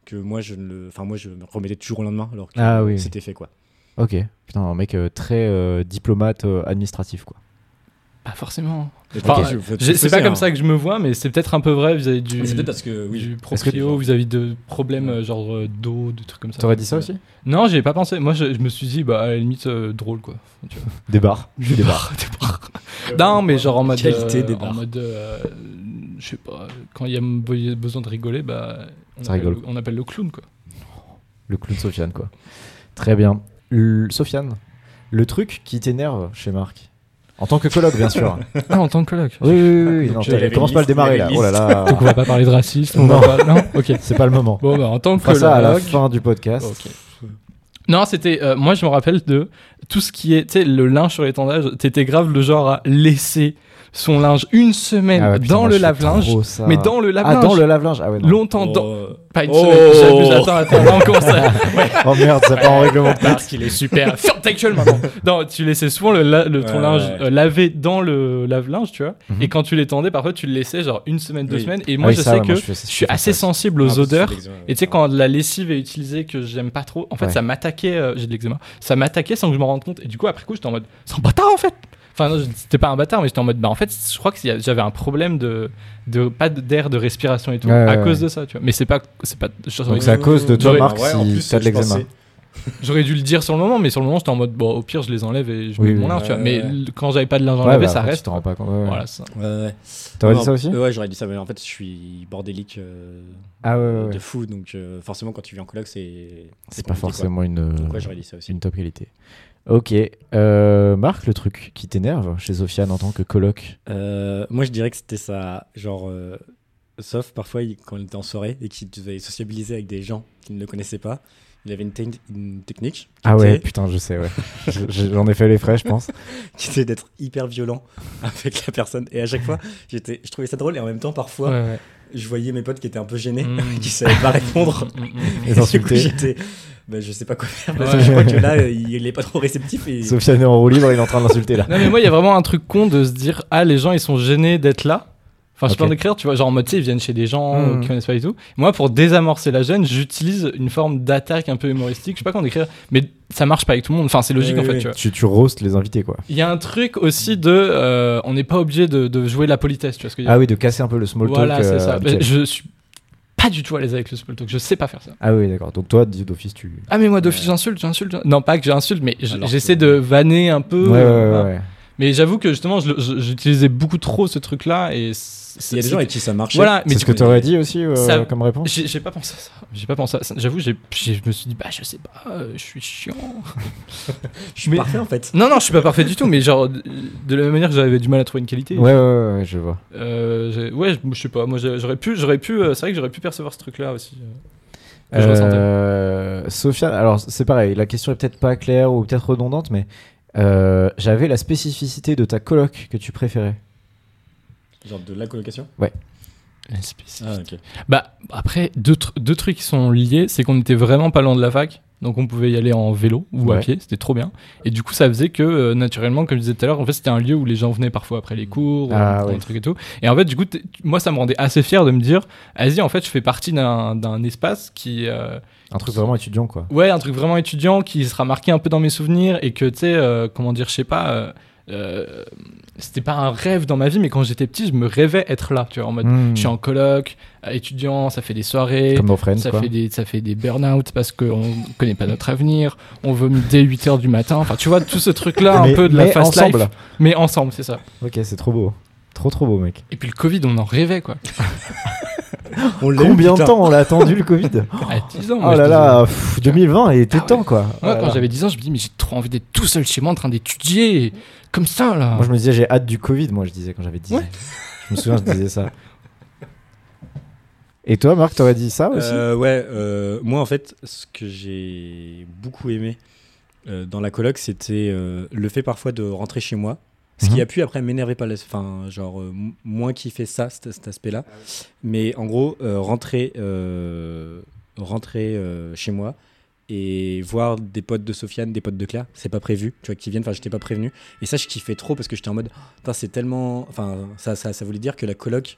[SPEAKER 3] que moi. Je ne le, enfin, moi, je me remettais toujours au lendemain, alors que
[SPEAKER 1] Ah oui.
[SPEAKER 3] c'était fait quoi.
[SPEAKER 1] Ok. Putain, un mec euh, très euh, diplomate euh, administratif, quoi.
[SPEAKER 2] Pas forcément.
[SPEAKER 3] Et
[SPEAKER 2] Enfin,
[SPEAKER 3] puis, je- faut-
[SPEAKER 2] J'ai-
[SPEAKER 3] faut
[SPEAKER 2] C'est pas
[SPEAKER 3] dire,
[SPEAKER 2] comme ça que je me vois, mais c'est peut-être un peu vrai vis-à-vis du.
[SPEAKER 3] Mais C'est peut-être parce que oui.
[SPEAKER 2] du
[SPEAKER 1] Est-ce que-
[SPEAKER 2] proprio vis-à-vis de problèmes euh, genre euh, d'eau, de trucs comme ça.
[SPEAKER 1] T'aurais dit ça aussi
[SPEAKER 2] Non, j'y ai pas pensé. Moi, je, je me suis dit, bah, à la limite, euh, drôle, quoi. Tu vois.
[SPEAKER 1] Des barres. Des barres.
[SPEAKER 2] (laughs) Des barres. Non, mais genre en mode.
[SPEAKER 3] euh, Qualité
[SPEAKER 2] euh,
[SPEAKER 3] des
[SPEAKER 2] En
[SPEAKER 3] barres.
[SPEAKER 2] mode. euh, je sais pas. Quand il y a be- besoin de rigoler, bah. On
[SPEAKER 1] Ça
[SPEAKER 2] appelle
[SPEAKER 1] rigole.
[SPEAKER 2] le- on appelle le clown, (laughs) quoi.
[SPEAKER 1] Le clown Sofiane, quoi. Très bien. L- Sofiane, le truc qui t'énerve chez Marc En tant que colloque, bien
[SPEAKER 2] (laughs)
[SPEAKER 1] sûr.
[SPEAKER 2] Ah, en tant que coloc.
[SPEAKER 1] oui, oui, oui. oui.
[SPEAKER 2] Donc,
[SPEAKER 1] Non,
[SPEAKER 2] euh,
[SPEAKER 1] t'as-
[SPEAKER 2] il y
[SPEAKER 3] avait
[SPEAKER 1] commence
[SPEAKER 3] une
[SPEAKER 1] pas à le
[SPEAKER 3] liste,
[SPEAKER 1] démarrer,
[SPEAKER 3] il y
[SPEAKER 1] là.
[SPEAKER 3] avait une
[SPEAKER 1] Oh là là.
[SPEAKER 2] Donc, on va pas parler de racisme. On
[SPEAKER 1] Non.
[SPEAKER 2] va pas... non Ok.
[SPEAKER 1] (laughs) C'est pas le moment.
[SPEAKER 2] Bon, bah, en tant
[SPEAKER 1] On
[SPEAKER 2] que
[SPEAKER 1] fera ça à la
[SPEAKER 2] coloc.
[SPEAKER 1] fin du podcast.
[SPEAKER 2] Ok. Non, c'était. euh, moi, je me rappelle de tout ce qui est. Tu sais, le linge sur l'étendage, t'étais grave le genre à laisser son linge une semaine
[SPEAKER 1] Ah ouais, putain,
[SPEAKER 2] dans
[SPEAKER 1] moi,
[SPEAKER 2] le
[SPEAKER 1] je fais
[SPEAKER 2] lave-linge.
[SPEAKER 1] trop ça.
[SPEAKER 2] Mais dans le
[SPEAKER 1] Ah,
[SPEAKER 2] lave-linge.
[SPEAKER 1] dans le lave-linge. Ah ouais, non.
[SPEAKER 2] Longtemps dans.
[SPEAKER 3] Oh,
[SPEAKER 2] Pas une
[SPEAKER 3] Oh.
[SPEAKER 2] semaine. J'abuse, attends, attends, là, on commence à-
[SPEAKER 1] Oh merde, c'est pas en règlement de compte.
[SPEAKER 2] Parce qu'il est super. Ferme ta gueule maintenant. Non, tu laissais souvent le, la- le- ton
[SPEAKER 3] Ouais,
[SPEAKER 2] linge
[SPEAKER 3] ouais.
[SPEAKER 2] euh, lavé dans le lave-linge, tu vois.
[SPEAKER 1] Mhm.
[SPEAKER 2] Et quand tu l'étendais, parfois tu le laissais genre une semaine, deux
[SPEAKER 3] Oui.
[SPEAKER 2] semaines. Et moi,
[SPEAKER 1] Ah oui,
[SPEAKER 2] je
[SPEAKER 1] ça,
[SPEAKER 2] sais
[SPEAKER 1] ouais,
[SPEAKER 2] que
[SPEAKER 1] moi,
[SPEAKER 2] je,
[SPEAKER 1] fais-
[SPEAKER 2] suis
[SPEAKER 1] fais
[SPEAKER 2] assez
[SPEAKER 1] ça.
[SPEAKER 2] sensible
[SPEAKER 3] ah, parce
[SPEAKER 2] aux
[SPEAKER 3] que
[SPEAKER 2] odeurs.
[SPEAKER 3] l'eczéma, ouais.
[SPEAKER 2] Et tu sais, quand de la lessive est utilisée que j'aime pas trop, en fait,
[SPEAKER 1] Ouais.
[SPEAKER 2] ça m'attaquait. euh, J'ai de l'eczéma. Ça m'attaquait sans que je m'en rende compte. Et du coup, après coup, j'étais en mode, c'est un bâtard en fait. Enfin, non, c'était pas un bâtard, mais j'étais en mode, bah en fait, je crois que s'il y a- j'avais un problème de, de pas de- d'air, de respiration et tout,
[SPEAKER 1] Ouais,
[SPEAKER 2] à
[SPEAKER 1] ouais,
[SPEAKER 2] cause
[SPEAKER 1] ouais.
[SPEAKER 2] de ça, tu vois. Mais c'est pas, c'est pas, je-
[SPEAKER 1] Donc, c'est à cause de toi,
[SPEAKER 3] Ouais,
[SPEAKER 1] Marc,
[SPEAKER 3] ouais, en
[SPEAKER 1] si
[SPEAKER 3] plus,
[SPEAKER 1] t'as de
[SPEAKER 3] je
[SPEAKER 1] l'eczéma.
[SPEAKER 3] pensais-
[SPEAKER 2] J'aurais dû le dire sur le moment, mais sur le moment, j'étais en mode, bon, au pire, je les enlève et je
[SPEAKER 1] Oui,
[SPEAKER 2] mets mon
[SPEAKER 1] oui.
[SPEAKER 2] linge, tu vois.
[SPEAKER 3] Ouais,
[SPEAKER 2] Mais
[SPEAKER 3] ouais.
[SPEAKER 2] l- quand j'avais pas de linge
[SPEAKER 1] Ouais,
[SPEAKER 2] enlevé,
[SPEAKER 1] bah,
[SPEAKER 2] ça
[SPEAKER 1] après,
[SPEAKER 2] reste.
[SPEAKER 1] Tu t'en rends pas compte. ouais, ouais.
[SPEAKER 2] Voilà, c'est ça.
[SPEAKER 3] Ouais, ouais.
[SPEAKER 1] T'aurais
[SPEAKER 3] Non,
[SPEAKER 1] dit ça aussi
[SPEAKER 3] euh, Ouais, j'aurais dit ça, mais en fait, je suis bordélique euh,
[SPEAKER 1] Ah ouais, ouais, ouais.
[SPEAKER 3] de fou, donc euh, forcément, quand tu vis en coloc, c'est.
[SPEAKER 1] C'est pas
[SPEAKER 3] compliqué, quoi.
[SPEAKER 1] forcément une. euh,
[SPEAKER 3] Donc, ouais, j'aurais dit ça aussi.
[SPEAKER 1] C'est une top qualité. Ok. Euh, Marc, le truc qui t'énerve chez Sofiane en tant que coloc
[SPEAKER 3] Euh, moi, je dirais que c'était ça, genre, euh, sauf parfois il- quand il était en soirée et qu'il devait sociabiliser avec des gens qui ne le connaissaient pas. Il avait une, te- une technique (laughs) qui
[SPEAKER 1] Ah ouais,
[SPEAKER 3] était-
[SPEAKER 1] putain, je sais, ouais. Je- je- J'en ai fait les frais, je pense.
[SPEAKER 3] qui était d'être hyper violent (laughs) avec la personne. Et à chaque fois, j'étais, je trouvais ça drôle et en même temps, parfois,
[SPEAKER 2] Ouais,
[SPEAKER 3] je voyais mes potes qui étaient un peu
[SPEAKER 2] ouais.
[SPEAKER 3] gênés,
[SPEAKER 2] Mm.
[SPEAKER 3] qui savaient pas répondre.
[SPEAKER 2] Mm, mm, mm.
[SPEAKER 1] Les
[SPEAKER 3] (laughs) Et du coup,
[SPEAKER 1] insulter.
[SPEAKER 3] j'étais, bah, je sais pas quoi faire parce que
[SPEAKER 2] Ouais.
[SPEAKER 3] je crois que là, euh, il est pas trop réceptif et
[SPEAKER 1] Sofiane est en roue libre, il est en train de l'insulter là.
[SPEAKER 2] Non, mais moi, il y a vraiment un truc con de se dire, ah, les gens, ils sont gênés d'être là. Enfin, je
[SPEAKER 1] Ok.
[SPEAKER 2] peux en décrire, tu vois, genre en mode, tu sais, ils viennent chez des gens
[SPEAKER 1] Mm.
[SPEAKER 2] euh, qui connaissent pas du tout. Moi, pour désamorcer la gêne, j'utilise une forme d'attaque un peu humoristique. Je sais pas comment décrire, mais ça marche pas avec tout le monde. Enfin, c'est logique
[SPEAKER 3] Oui,
[SPEAKER 2] en fait,
[SPEAKER 3] oui.
[SPEAKER 2] tu vois.
[SPEAKER 1] Tu, tu roastes les invités quoi.
[SPEAKER 2] Il y a un truc aussi de, euh, on n'est pas obligé de, de jouer la politesse, tu vois ce que je veux dire.
[SPEAKER 1] Ah oui, de casser un peu le small
[SPEAKER 2] Voilà,
[SPEAKER 1] talk. euh,
[SPEAKER 2] c'est ça.
[SPEAKER 1] habituel.
[SPEAKER 2] Mais je suis pas du tout à l'aise avec le small talk. Je sais pas faire ça.
[SPEAKER 1] Ah oui, d'accord. Donc toi, dis- d'office, tu.
[SPEAKER 2] Ah, mais moi, d'office,
[SPEAKER 3] Ouais.
[SPEAKER 2] j'insulte, j'insulte. j'insulte. Non, pas que j'insulte, mais j-
[SPEAKER 3] Alors
[SPEAKER 2] j'essaie
[SPEAKER 3] que-
[SPEAKER 2] de vanner un peu.
[SPEAKER 1] Ouais, ouais,
[SPEAKER 2] euh,
[SPEAKER 1] ouais.
[SPEAKER 2] voilà.
[SPEAKER 1] ouais.
[SPEAKER 2] Mais j'avoue que justement, je le- je- j'utilisais beaucoup trop ce truc-là. Et c-
[SPEAKER 3] il y a des gens avec qui ça marchait.
[SPEAKER 2] Voilà, mais
[SPEAKER 1] C'est
[SPEAKER 2] du
[SPEAKER 1] ce que
[SPEAKER 2] coup,
[SPEAKER 1] t'aurais dit aussi euh,
[SPEAKER 2] ça-
[SPEAKER 1] comme réponse
[SPEAKER 2] J'ai j'ai pas pensé à ça. J'ai pas pensé à ça. J'avoue, j'ai- j'ai- je me suis dit, bah, je sais pas, euh, je suis chiant.
[SPEAKER 3] Je suis
[SPEAKER 2] Mais-
[SPEAKER 3] parfait en fait.
[SPEAKER 2] Non, non, je suis pas parfait du tout, mais genre, de de la même manière que j'avais du mal à trouver une qualité.
[SPEAKER 1] Ouais, ouais, ouais, ouais, je vois.
[SPEAKER 2] Euh, j'ai- ouais, je- je sais pas. Moi, j'ai- j'aurais pu, j'aurais pu. euh, C'est vrai que j'aurais pu percevoir ce truc-là aussi. euh, que je ressentais.
[SPEAKER 1] Euh, Sofiane, alors c'est pareil, la question est peut-être pas claire ou peut-être redondante, mais euh, j'avais la spécificité de ta coloc que tu préférais.
[SPEAKER 3] Genre de la colocation. Ah, ok.
[SPEAKER 2] Bah, après, deux, tr- deux trucs qui sont liés, c'est qu'on était vraiment pas loin de la fac, donc on pouvait y aller en vélo ou à
[SPEAKER 1] Ouais.
[SPEAKER 2] pied, c'était trop bien. Et du coup, ça faisait que, euh, naturellement, comme je disais tout à l'heure, en fait, c'était un lieu où les gens venaient parfois après les cours, ou
[SPEAKER 1] Ah,
[SPEAKER 2] un,
[SPEAKER 1] ouais.
[SPEAKER 2] truc et tout. Et en fait, du coup, t'es- moi, ça me rendait assez fier de me dire, Asie, en fait, je fais partie d'un d'un espace qui. euh,
[SPEAKER 1] Un truc vraiment étudiant quoi.
[SPEAKER 2] Ouais, un truc vraiment étudiant qui sera marqué un peu dans mes souvenirs et que, tu sais, euh, comment dire, je sais pas. euh, euh, c'était pas un rêve dans ma vie, mais quand j'étais petit, je me rêvais être là, tu vois, en mode
[SPEAKER 1] Mm.
[SPEAKER 2] je suis en coloc, euh, étudiant, ça fait des soirées,
[SPEAKER 1] Comme dans Friends
[SPEAKER 2] ça
[SPEAKER 1] quoi.
[SPEAKER 2] fait, des, ça fait des burn-out parce qu'on connaît pas notre avenir, on vomit dès 8h du matin. Enfin, tu vois, tout ce truc-là, un
[SPEAKER 1] Mais-
[SPEAKER 2] peu de la
[SPEAKER 1] mais
[SPEAKER 2] fast
[SPEAKER 1] ensemble.
[SPEAKER 2] life. Mais ensemble, c'est ça.
[SPEAKER 1] Ok, c'est trop beau. Trop trop beau mec.
[SPEAKER 2] Et puis le Covid, on en rêvait, quoi.
[SPEAKER 3] On l'a eu,
[SPEAKER 1] Combien de
[SPEAKER 3] putain.
[SPEAKER 1] temps on l'a attendu le Covid
[SPEAKER 2] À 10 ans.
[SPEAKER 1] Oh
[SPEAKER 2] moi, je
[SPEAKER 1] là
[SPEAKER 2] disais.
[SPEAKER 1] là, pff, 2020, il était
[SPEAKER 2] Ah ouais.
[SPEAKER 1] temps quoi. Oh
[SPEAKER 2] Moi,
[SPEAKER 1] là
[SPEAKER 2] quand
[SPEAKER 1] là.
[SPEAKER 2] j'avais 10 ans, je me dis, mais j'ai trop envie d'être tout seul chez moi en train d'étudier. Comme ça, là.
[SPEAKER 1] Moi je me disais j'ai hâte du Covid, moi je disais quand j'avais 10 ans.
[SPEAKER 2] Ouais.
[SPEAKER 1] Je me souviens, je disais ça. Et toi Marc, t'aurais dit ça aussi
[SPEAKER 3] Euh, ouais, euh, moi en fait, ce que j'ai beaucoup aimé euh, dans la coloc, c'était euh, le fait parfois de rentrer chez moi. Ce qui
[SPEAKER 1] Mhm.
[SPEAKER 3] a pu après m'énerver par la enfin genre euh, m- moins kiffer ça cet, cet aspect-là, mais en gros euh, rentrer euh, rentrer euh, chez moi et voir des potes de Sofiane, des potes de Claire, c'est pas prévu, tu vois qui viennent, enfin j'étais pas prévenu oh, et ça je kiffais trop parce que j'étais en mode, putain c'est tellement, enfin ça, ça ça voulait dire que la coloc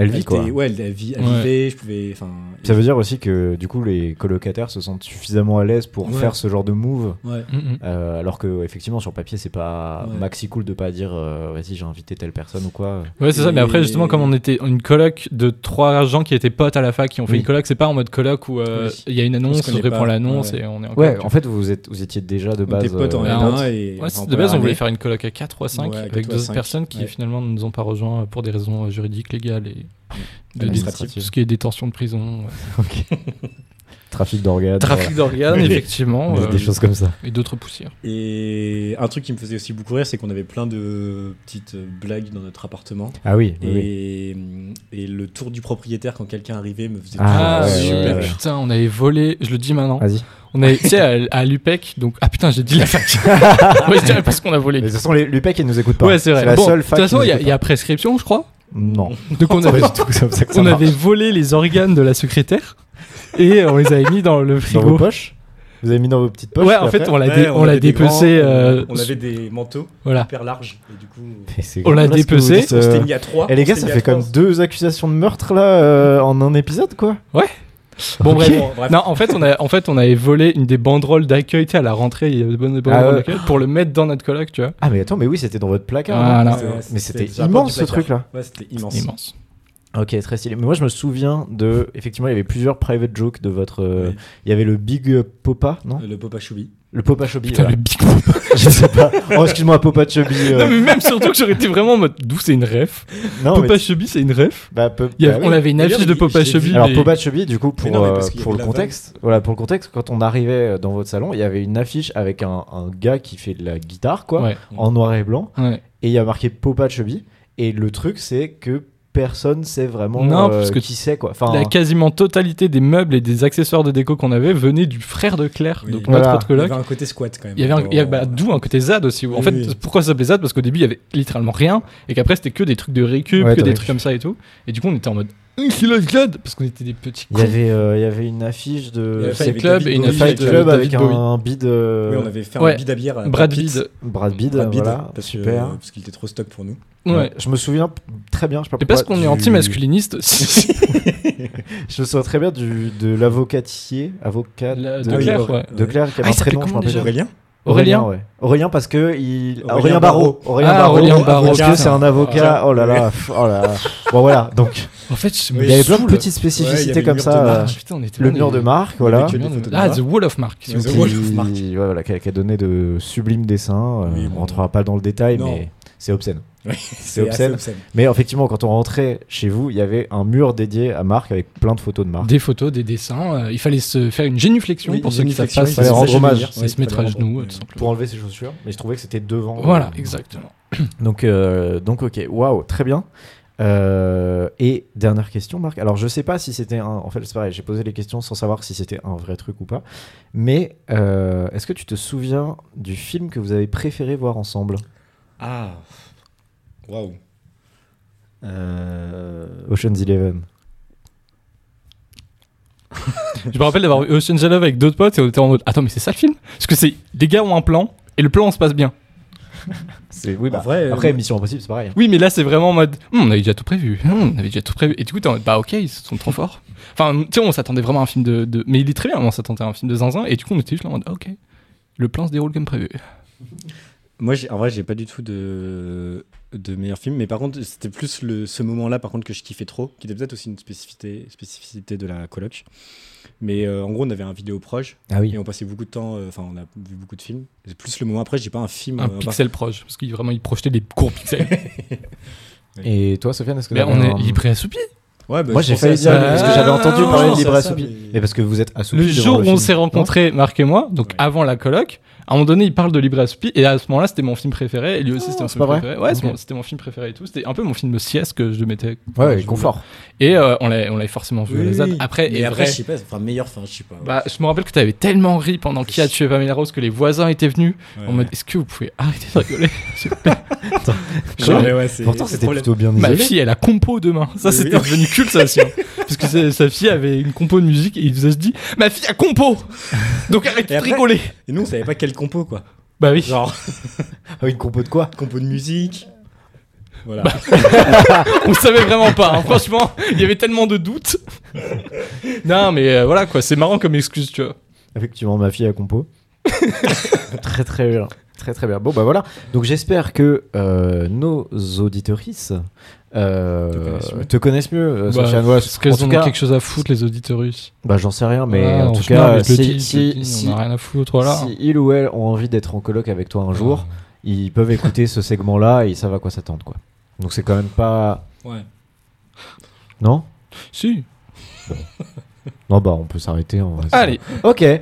[SPEAKER 1] Elle vit
[SPEAKER 3] était-
[SPEAKER 1] quoi.
[SPEAKER 3] Ouais, elle, elle vit- elle
[SPEAKER 2] Ouais.
[SPEAKER 3] vivait, je pouvais. Enfin,
[SPEAKER 1] Ça veut dire aussi que du coup les colocataires se sentent suffisamment à l'aise pour
[SPEAKER 3] Ouais.
[SPEAKER 1] faire ce genre de move.
[SPEAKER 3] Ouais.
[SPEAKER 2] Mm, mm.
[SPEAKER 1] euh, alors que effectivement sur papier c'est pas
[SPEAKER 3] Ouais.
[SPEAKER 1] maxi cool de pas dire euh, vas-y j'ai invité telle personne ou quoi.
[SPEAKER 2] Ouais, c'est ça. Mais après, justement,
[SPEAKER 3] Et-
[SPEAKER 2] comme on était une coloc de trois gens qui étaient potes à la fac, qui ont fait
[SPEAKER 1] Oui.
[SPEAKER 2] une coloc, c'est pas en mode coloc où euh,
[SPEAKER 3] Oui.
[SPEAKER 2] il y a une
[SPEAKER 3] On
[SPEAKER 2] annonce,
[SPEAKER 3] se
[SPEAKER 2] on,
[SPEAKER 3] connaît
[SPEAKER 2] répond
[SPEAKER 3] pas.
[SPEAKER 2] l'annonce
[SPEAKER 3] Ouais.
[SPEAKER 2] et on est en
[SPEAKER 1] Ouais,
[SPEAKER 2] coloc.
[SPEAKER 1] en fait vous êtes vous étiez déjà de
[SPEAKER 3] On
[SPEAKER 1] base.
[SPEAKER 3] était potes en
[SPEAKER 1] euh,
[SPEAKER 2] N1.
[SPEAKER 1] potes.
[SPEAKER 3] L1 et.
[SPEAKER 2] Ouais,
[SPEAKER 3] enfin,
[SPEAKER 2] c'est-
[SPEAKER 3] en
[SPEAKER 2] de base, on
[SPEAKER 3] première
[SPEAKER 2] voulait
[SPEAKER 3] année.
[SPEAKER 2] faire une coloc à 4 ou à 5
[SPEAKER 3] Ouais,
[SPEAKER 2] avec
[SPEAKER 3] quatre ou à
[SPEAKER 2] d'autres
[SPEAKER 3] cinq,
[SPEAKER 2] personnes qui
[SPEAKER 3] ouais.
[SPEAKER 2] finalement ne nous ont pas rejoints pour des raisons euh, juridiques, légales et de
[SPEAKER 3] Administratives.
[SPEAKER 2] tout ce qui est détention de prison, euh,
[SPEAKER 1] Trafic d'organes.
[SPEAKER 2] (laughs) trafic d'organes,
[SPEAKER 1] Mais-
[SPEAKER 2] effectivement,
[SPEAKER 1] voilà.
[SPEAKER 2] euh,
[SPEAKER 1] Des choses comme ça.
[SPEAKER 2] et d'autres poussières.
[SPEAKER 3] Et un truc qui me faisait aussi beaucoup rire, c'est qu'on avait plein de petites blagues dans notre appartement.
[SPEAKER 1] Ah oui. oui, oui.
[SPEAKER 3] Et, et le tour du propriétaire quand quelqu'un arrivait me faisait
[SPEAKER 1] Ah,
[SPEAKER 2] Ah,
[SPEAKER 1] ouais,
[SPEAKER 2] super,
[SPEAKER 1] ouais, ouais.
[SPEAKER 2] putain, on avait volé, je le dis maintenant,
[SPEAKER 1] Vas-y.
[SPEAKER 2] on avait, tu sais, à, à l'UPEC, donc, ah putain, j'ai dit
[SPEAKER 1] (laughs)
[SPEAKER 2] la fac. ouais, je dirais parce qu'on a volé.
[SPEAKER 1] Mais de toute façon les Lupec ils nous écoutent pas.
[SPEAKER 2] Ouais, c'est vrai.
[SPEAKER 1] la
[SPEAKER 2] Bon,
[SPEAKER 1] seule
[SPEAKER 2] de toute
[SPEAKER 1] fac qui
[SPEAKER 2] façon,
[SPEAKER 1] nous
[SPEAKER 2] il y a-
[SPEAKER 1] écoute
[SPEAKER 2] il y, a prescription, je crois.
[SPEAKER 1] pas. Non.
[SPEAKER 2] Donc,
[SPEAKER 1] (laughs)
[SPEAKER 2] on
[SPEAKER 1] C'est
[SPEAKER 2] avait,
[SPEAKER 1] pas du tout comme ça que ça
[SPEAKER 2] on
[SPEAKER 1] marche.
[SPEAKER 2] avait volé les organes de la secrétaire et on les avait mis dans
[SPEAKER 1] dans
[SPEAKER 2] le
[SPEAKER 1] vos
[SPEAKER 2] frigo.
[SPEAKER 1] poches. Vous avez mis dans vos petites poches.
[SPEAKER 2] ouais,
[SPEAKER 1] puis
[SPEAKER 2] en fait,
[SPEAKER 1] après-
[SPEAKER 2] on l'a
[SPEAKER 3] Ouais,
[SPEAKER 2] dé- on l'a
[SPEAKER 3] avait des
[SPEAKER 2] dépecé.
[SPEAKER 3] grands,
[SPEAKER 2] euh,
[SPEAKER 3] on avait des manteaux (laughs)
[SPEAKER 2] Voilà.
[SPEAKER 3] hyper larges. Et du coup,
[SPEAKER 1] Mais (laughs) c'est
[SPEAKER 2] on l'a
[SPEAKER 1] dégueulasse que vous
[SPEAKER 2] dépecé.
[SPEAKER 1] dites,
[SPEAKER 3] on s'était
[SPEAKER 1] euh,
[SPEAKER 3] mis à trois.
[SPEAKER 1] Et les
[SPEAKER 3] on
[SPEAKER 1] gars,
[SPEAKER 3] s'est
[SPEAKER 1] ça
[SPEAKER 3] mis à
[SPEAKER 1] fait
[SPEAKER 3] trois,
[SPEAKER 1] comme deux accusations de meurtre là euh, en un épisode quoi.
[SPEAKER 2] Bon, bref.
[SPEAKER 3] Bon, bref.
[SPEAKER 2] Non, en fait, on a, en fait, on avait volé une des banderoles d'accueil, tu sais, à la rentrée, il y avait des bonnes banderoles
[SPEAKER 1] Ah ouais.
[SPEAKER 2] d'accueil pour le mettre dans notre coloc, tu vois.
[SPEAKER 1] Ah mais attends, mais oui, c'était dans votre placard.
[SPEAKER 2] Voilà.
[SPEAKER 1] non
[SPEAKER 2] Ah,
[SPEAKER 3] Ouais,
[SPEAKER 1] Mais c'était
[SPEAKER 3] sur la
[SPEAKER 1] immense ce
[SPEAKER 3] porte du placard.
[SPEAKER 1] truc là.
[SPEAKER 3] Ouais, c'était immense.
[SPEAKER 2] Immense.
[SPEAKER 1] Ok, très stylé. Mais moi je me souviens de effectivement, il y avait plusieurs private jokes de votre euh,
[SPEAKER 3] Oui.
[SPEAKER 1] il y avait le Big euh, Popa, non
[SPEAKER 3] Euh, Le Popa Choubi.
[SPEAKER 1] Le Popa Chubby.
[SPEAKER 2] Putain,
[SPEAKER 1] voilà.
[SPEAKER 2] le big Pop.
[SPEAKER 1] (laughs) je sais pas. Oh, excuse-moi Popa Chubby. euh,
[SPEAKER 2] Non, mais même surtout que j'aurais été vraiment en mode d'où c'est une ref.
[SPEAKER 1] non, mais-
[SPEAKER 2] Popa Chubby, c'est une ref.
[SPEAKER 1] bah, peu-
[SPEAKER 2] Il y avait-
[SPEAKER 1] bah oui.
[SPEAKER 2] On avait une
[SPEAKER 3] D'ailleurs,
[SPEAKER 2] affiche de
[SPEAKER 3] il- je
[SPEAKER 2] Popa
[SPEAKER 3] l'ai vu.
[SPEAKER 2] Chubby.
[SPEAKER 1] Alors
[SPEAKER 2] mais-
[SPEAKER 1] Popa Chubby, du coup, pour,
[SPEAKER 3] Mais non, mais
[SPEAKER 1] euh,
[SPEAKER 3] parce qu'il y
[SPEAKER 1] pour
[SPEAKER 3] avait
[SPEAKER 1] le
[SPEAKER 3] de la
[SPEAKER 1] contexte, voilà, pour le contexte, quand on arrivait euh, dans votre salon, il y avait une affiche avec un, un gars qui fait de la guitare, quoi,
[SPEAKER 2] Ouais,
[SPEAKER 1] en noir et blanc,
[SPEAKER 2] ouais.
[SPEAKER 1] et il y a marqué Popa Chubby, et le truc, c'est que personne sait vraiment
[SPEAKER 2] Non,
[SPEAKER 1] euh,
[SPEAKER 2] parce que
[SPEAKER 1] qui c'est, quoi. Enfin,
[SPEAKER 2] La quasiment totalité des meubles et des accessoires de déco qu'on avait venaient du frère de Claire,
[SPEAKER 3] Oui.
[SPEAKER 2] donc
[SPEAKER 1] Voilà.
[SPEAKER 2] notre autre
[SPEAKER 3] Il y
[SPEAKER 2] coloc.
[SPEAKER 3] avait un côté squat quand même. euh,
[SPEAKER 2] Il y avait, un- il y avait- bah,
[SPEAKER 3] Dans-
[SPEAKER 2] d'où un côté ZAD aussi. où- en
[SPEAKER 3] Oui,
[SPEAKER 2] fait,
[SPEAKER 3] oui.
[SPEAKER 2] pourquoi ça s'appelait ZAD Parce qu'au début, il y avait littéralement rien, et qu'après, c'était que des trucs de récup,
[SPEAKER 1] Ouais, de
[SPEAKER 2] que des
[SPEAKER 1] récup.
[SPEAKER 2] trucs comme ça et tout. Et du coup, on était en mode Hum, c'est le ZAD parce qu'on était des petits
[SPEAKER 1] il y
[SPEAKER 2] cons.
[SPEAKER 1] avait, euh, il y avait une affiche
[SPEAKER 3] Il y
[SPEAKER 1] de
[SPEAKER 3] avait
[SPEAKER 2] Fight
[SPEAKER 3] avec
[SPEAKER 2] Club
[SPEAKER 3] David
[SPEAKER 2] et une
[SPEAKER 3] Bowie,
[SPEAKER 1] Fight
[SPEAKER 2] affiche de
[SPEAKER 1] Club avec un,
[SPEAKER 2] euh, David Bowie.
[SPEAKER 1] un bid, euh,
[SPEAKER 3] Oui, on avait fait
[SPEAKER 2] ouais.
[SPEAKER 3] un bid à bière. à
[SPEAKER 2] Brad
[SPEAKER 3] Pitt.
[SPEAKER 2] Bid.
[SPEAKER 1] Brad Bid,
[SPEAKER 3] Brad Pitt,
[SPEAKER 1] Ah, voilà,
[SPEAKER 3] parce que-
[SPEAKER 1] super.
[SPEAKER 3] Parce qu'il était trop stock pour nous.
[SPEAKER 2] Ouais.
[SPEAKER 1] Ouais, Je me souviens p- très bien, je sais pas
[SPEAKER 2] Et parce
[SPEAKER 1] pourquoi,
[SPEAKER 2] qu'on
[SPEAKER 1] du-
[SPEAKER 2] est anti-masculiniste (laughs) aussi.
[SPEAKER 1] (laughs) Je me souviens très bien du, de l'avocatier, avocat
[SPEAKER 2] La-
[SPEAKER 1] de,
[SPEAKER 2] de Claire, ouais.
[SPEAKER 1] de Claire qui avait
[SPEAKER 2] Ah,
[SPEAKER 1] un
[SPEAKER 2] il s'appelait
[SPEAKER 1] prénom, je m'en
[SPEAKER 2] comment
[SPEAKER 1] rappelle
[SPEAKER 2] déjà
[SPEAKER 1] plus. Aurélien,
[SPEAKER 3] Aurélien
[SPEAKER 2] Aurélien
[SPEAKER 1] ouais. Aurélien parce que il
[SPEAKER 3] Aurélien
[SPEAKER 1] Aurélien Barraud.
[SPEAKER 3] Barraud.
[SPEAKER 1] Aurélien
[SPEAKER 2] Ah,
[SPEAKER 1] Barraud.
[SPEAKER 2] Aurélien Ah. Barraud.
[SPEAKER 1] Parce que c'est un
[SPEAKER 2] Avocat.
[SPEAKER 1] avocat. Oh là là. pff, Oh là. là. Bon voilà.
[SPEAKER 3] (laughs)
[SPEAKER 1] Donc
[SPEAKER 2] En fait, je me
[SPEAKER 1] il y avait plein de
[SPEAKER 2] saoule. Ah,
[SPEAKER 1] petites
[SPEAKER 3] Ouais, il y
[SPEAKER 1] spécificités
[SPEAKER 3] avait
[SPEAKER 1] comme
[SPEAKER 3] le mur
[SPEAKER 1] ça.
[SPEAKER 3] de
[SPEAKER 1] euh,
[SPEAKER 3] marque.
[SPEAKER 2] Putain, on était
[SPEAKER 1] Le
[SPEAKER 2] là,
[SPEAKER 1] mur
[SPEAKER 2] mais-
[SPEAKER 1] de marque, voilà.
[SPEAKER 3] que
[SPEAKER 2] le
[SPEAKER 3] des
[SPEAKER 2] mur de-
[SPEAKER 3] photos de
[SPEAKER 2] Ah,
[SPEAKER 3] marque.
[SPEAKER 2] The Wall of Mark. s'il
[SPEAKER 3] The
[SPEAKER 2] vous plaît.
[SPEAKER 1] Qui,
[SPEAKER 3] Wall of Marque.
[SPEAKER 1] ouais, voilà, qui a qui a donné de sublimes dessins. euh,
[SPEAKER 3] Oui,
[SPEAKER 1] on
[SPEAKER 3] bon.
[SPEAKER 1] rentrera pas dans le détail,
[SPEAKER 3] Non.
[SPEAKER 1] mais c'est obscène.
[SPEAKER 3] Ouais,
[SPEAKER 1] C'est obscène.
[SPEAKER 3] assez
[SPEAKER 1] Mais effectivement, quand on rentrait chez vous, il y avait un mur dédié à Marc avec plein de photos de Marc.
[SPEAKER 2] Des photos, des dessins. euh, il fallait se faire une génuflexion
[SPEAKER 3] Oui,
[SPEAKER 2] pour
[SPEAKER 3] une
[SPEAKER 2] ceux qui savent
[SPEAKER 3] génuflexion,
[SPEAKER 2] pas.
[SPEAKER 3] il
[SPEAKER 2] C'est
[SPEAKER 1] fallait rendre
[SPEAKER 2] se-
[SPEAKER 1] hommage.
[SPEAKER 2] c'est
[SPEAKER 3] Oui,
[SPEAKER 2] se mettre à
[SPEAKER 3] fallait
[SPEAKER 2] genoux,
[SPEAKER 3] rendre-
[SPEAKER 2] euh, tout simplement.
[SPEAKER 1] Pour enlever ses chaussures, mais je trouvais que c'était devant.
[SPEAKER 2] Voilà,
[SPEAKER 1] euh,
[SPEAKER 2] exactement.
[SPEAKER 1] Donc, euh, donc ok, waouh, très bien. Euh, et dernière question, Marc. Alors, je sais pas si c'était un. En fait, c'est pareil, j'ai posé les questions sans savoir si c'était un vrai truc ou pas. Mais euh, est-ce que tu te souviens du film que vous avez préféré voir ensemble
[SPEAKER 3] Ah. Waouh.
[SPEAKER 1] Ocean's Eleven.
[SPEAKER 2] Je me rappelle d'avoir vu Ocean's Eleven avec d'autres potes et on était en mode Attends, mais c'est ça le film Parce que c'est les gars ont un plan et le plan on se passe bien.
[SPEAKER 1] C'est oui. bah,
[SPEAKER 3] En vrai, euh,
[SPEAKER 1] après, Mission Impossible, c'est pareil.
[SPEAKER 2] Oui, mais là c'est vraiment en mode Hum, On avait déjà tout prévu. Hum, on avait déjà tout prévu. Et du coup, t'es en mode Bah ok, ils sont trop forts. Enfin, tu sais, on s'attendait vraiment à un film de, de- Mais il est très bien, on s'attendait à un film de zinzin et du coup, on était juste là en mode Ah, Ok. Le plan se déroule comme prévu.
[SPEAKER 3] Moi, j'ai- en vrai, j'ai pas du tout de, de meilleur film, mais par contre, c'était plus le, ce moment-là, par contre, que je kiffais trop, qui était peut-être aussi une spécificité, spécificité de la coloc. Mais euh, en gros, on avait un vidéo proche
[SPEAKER 1] Ah oui.
[SPEAKER 3] et on passait beaucoup de temps, euh, enfin, on a vu beaucoup de films. Et plus le moment après, j'ai pas un film.
[SPEAKER 2] Un
[SPEAKER 3] euh,
[SPEAKER 2] pixel proche. Parce qu'il vraiment, il projetait des courts pixels.
[SPEAKER 1] Et toi, Sofiane, est-ce que
[SPEAKER 2] mais
[SPEAKER 1] t'avais
[SPEAKER 2] on
[SPEAKER 1] un-
[SPEAKER 2] est hyper assoupi.
[SPEAKER 3] bah- Ouais, bah,
[SPEAKER 1] Moi,
[SPEAKER 3] je
[SPEAKER 1] j'ai
[SPEAKER 3] pensais
[SPEAKER 1] failli
[SPEAKER 3] à
[SPEAKER 1] dire
[SPEAKER 3] ça,
[SPEAKER 1] parce que
[SPEAKER 3] mais-
[SPEAKER 1] j'avais entendu
[SPEAKER 3] Ah,
[SPEAKER 2] non,
[SPEAKER 1] parler de
[SPEAKER 3] je
[SPEAKER 1] Libre
[SPEAKER 3] pensais à ça,
[SPEAKER 1] Assoupi. Mais...
[SPEAKER 3] mais-
[SPEAKER 1] parce que vous êtes assoupi.
[SPEAKER 2] Le jour où on s'est
[SPEAKER 1] rencontrés
[SPEAKER 2] rencontrés, Marc et moi, donc
[SPEAKER 3] Ouais.
[SPEAKER 2] avant la coloc, à un moment donné, il parle de Libre Aspi, et à ce moment-là, c'était mon film préféré, et lui aussi,
[SPEAKER 1] Ah,
[SPEAKER 2] c'était mon
[SPEAKER 1] c'est
[SPEAKER 2] film
[SPEAKER 1] pas vrai
[SPEAKER 2] préféré. Ouais, c'est
[SPEAKER 1] Ok.
[SPEAKER 2] mon- c'était mon film préféré et tout. C'était un peu mon film de sieste que je mettais.
[SPEAKER 1] Ouais,
[SPEAKER 2] je-
[SPEAKER 1] confort.
[SPEAKER 2] Et euh, on l'avait on l'avait forcément vu à la
[SPEAKER 3] Oui,
[SPEAKER 2] ZAD.
[SPEAKER 3] oui.
[SPEAKER 2] Après,
[SPEAKER 3] Mais
[SPEAKER 2] et
[SPEAKER 3] après,
[SPEAKER 2] vrai,
[SPEAKER 3] je sais pas, enfin, meilleur, enfin, je sais pas.
[SPEAKER 2] bah, je me rappelle que t'avais tellement ri pendant qui a tué Pamela Rose que les voisins étaient venus
[SPEAKER 3] Ouais.
[SPEAKER 2] en mode Est-ce que vous pouvez arrêter de
[SPEAKER 3] (laughs)
[SPEAKER 2] rigoler s'il vous plaît
[SPEAKER 3] Non, mais ouais, c'est-
[SPEAKER 1] Pourtant,
[SPEAKER 3] c'est
[SPEAKER 1] c'était
[SPEAKER 3] le problème.
[SPEAKER 1] plutôt bien
[SPEAKER 2] Ma
[SPEAKER 1] isolé.
[SPEAKER 2] fille, elle a compo demain. Ça,
[SPEAKER 3] Oui,
[SPEAKER 2] c'était
[SPEAKER 3] oui.
[SPEAKER 2] devenu culte, ça
[SPEAKER 3] (laughs)
[SPEAKER 2] aussi. hein. Parce que c'est- sa fille avait une compo de musique et il nous a dit Ma fille a compo Donc arrête
[SPEAKER 3] Et
[SPEAKER 2] de
[SPEAKER 3] après-
[SPEAKER 2] rigoler
[SPEAKER 3] Et nous, on savait pas quel compo, quoi.
[SPEAKER 2] Bah oui.
[SPEAKER 3] Genre,
[SPEAKER 1] Ah, Une compo de quoi
[SPEAKER 3] compo de musique. Voilà.
[SPEAKER 2] On savait vraiment pas. hein. Franchement, il y avait tellement de doutes. non, mais euh, voilà quoi, c'est marrant comme excuse, tu vois.
[SPEAKER 1] Effectivement, ma fille à compo. (laughs) très très bien. Très très bien. Bon bah voilà. Donc j'espère que euh, nos auditorices euh,
[SPEAKER 3] Te connaissent mieux.
[SPEAKER 1] te connaissent mieux, euh,
[SPEAKER 2] Bah,
[SPEAKER 1] Sofiane. Voilà,
[SPEAKER 2] Est-ce qu'elles
[SPEAKER 1] en
[SPEAKER 2] ont
[SPEAKER 1] tout cas,
[SPEAKER 2] quelque chose à foutre, les auditeurus
[SPEAKER 1] bah, j'en sais rien, mais
[SPEAKER 2] Voilà,
[SPEAKER 1] en
[SPEAKER 2] on
[SPEAKER 1] tout
[SPEAKER 2] se marre
[SPEAKER 1] cas,
[SPEAKER 2] avec le
[SPEAKER 1] si,
[SPEAKER 2] titre,
[SPEAKER 1] si-
[SPEAKER 2] le titre,
[SPEAKER 1] si-
[SPEAKER 2] on a rien à Ah. foutre, voilà.
[SPEAKER 1] si il ou elle ont envie d'être en coloc avec toi un jour, ils peuvent écouter ce segment-là et ils savent à quoi s'attendre, quoi. Donc c'est quand même pas,
[SPEAKER 3] Ouais.
[SPEAKER 1] non
[SPEAKER 2] Si.
[SPEAKER 1] Non bah on peut s'arrêter. en vrai.
[SPEAKER 2] Allez.
[SPEAKER 1] Ok.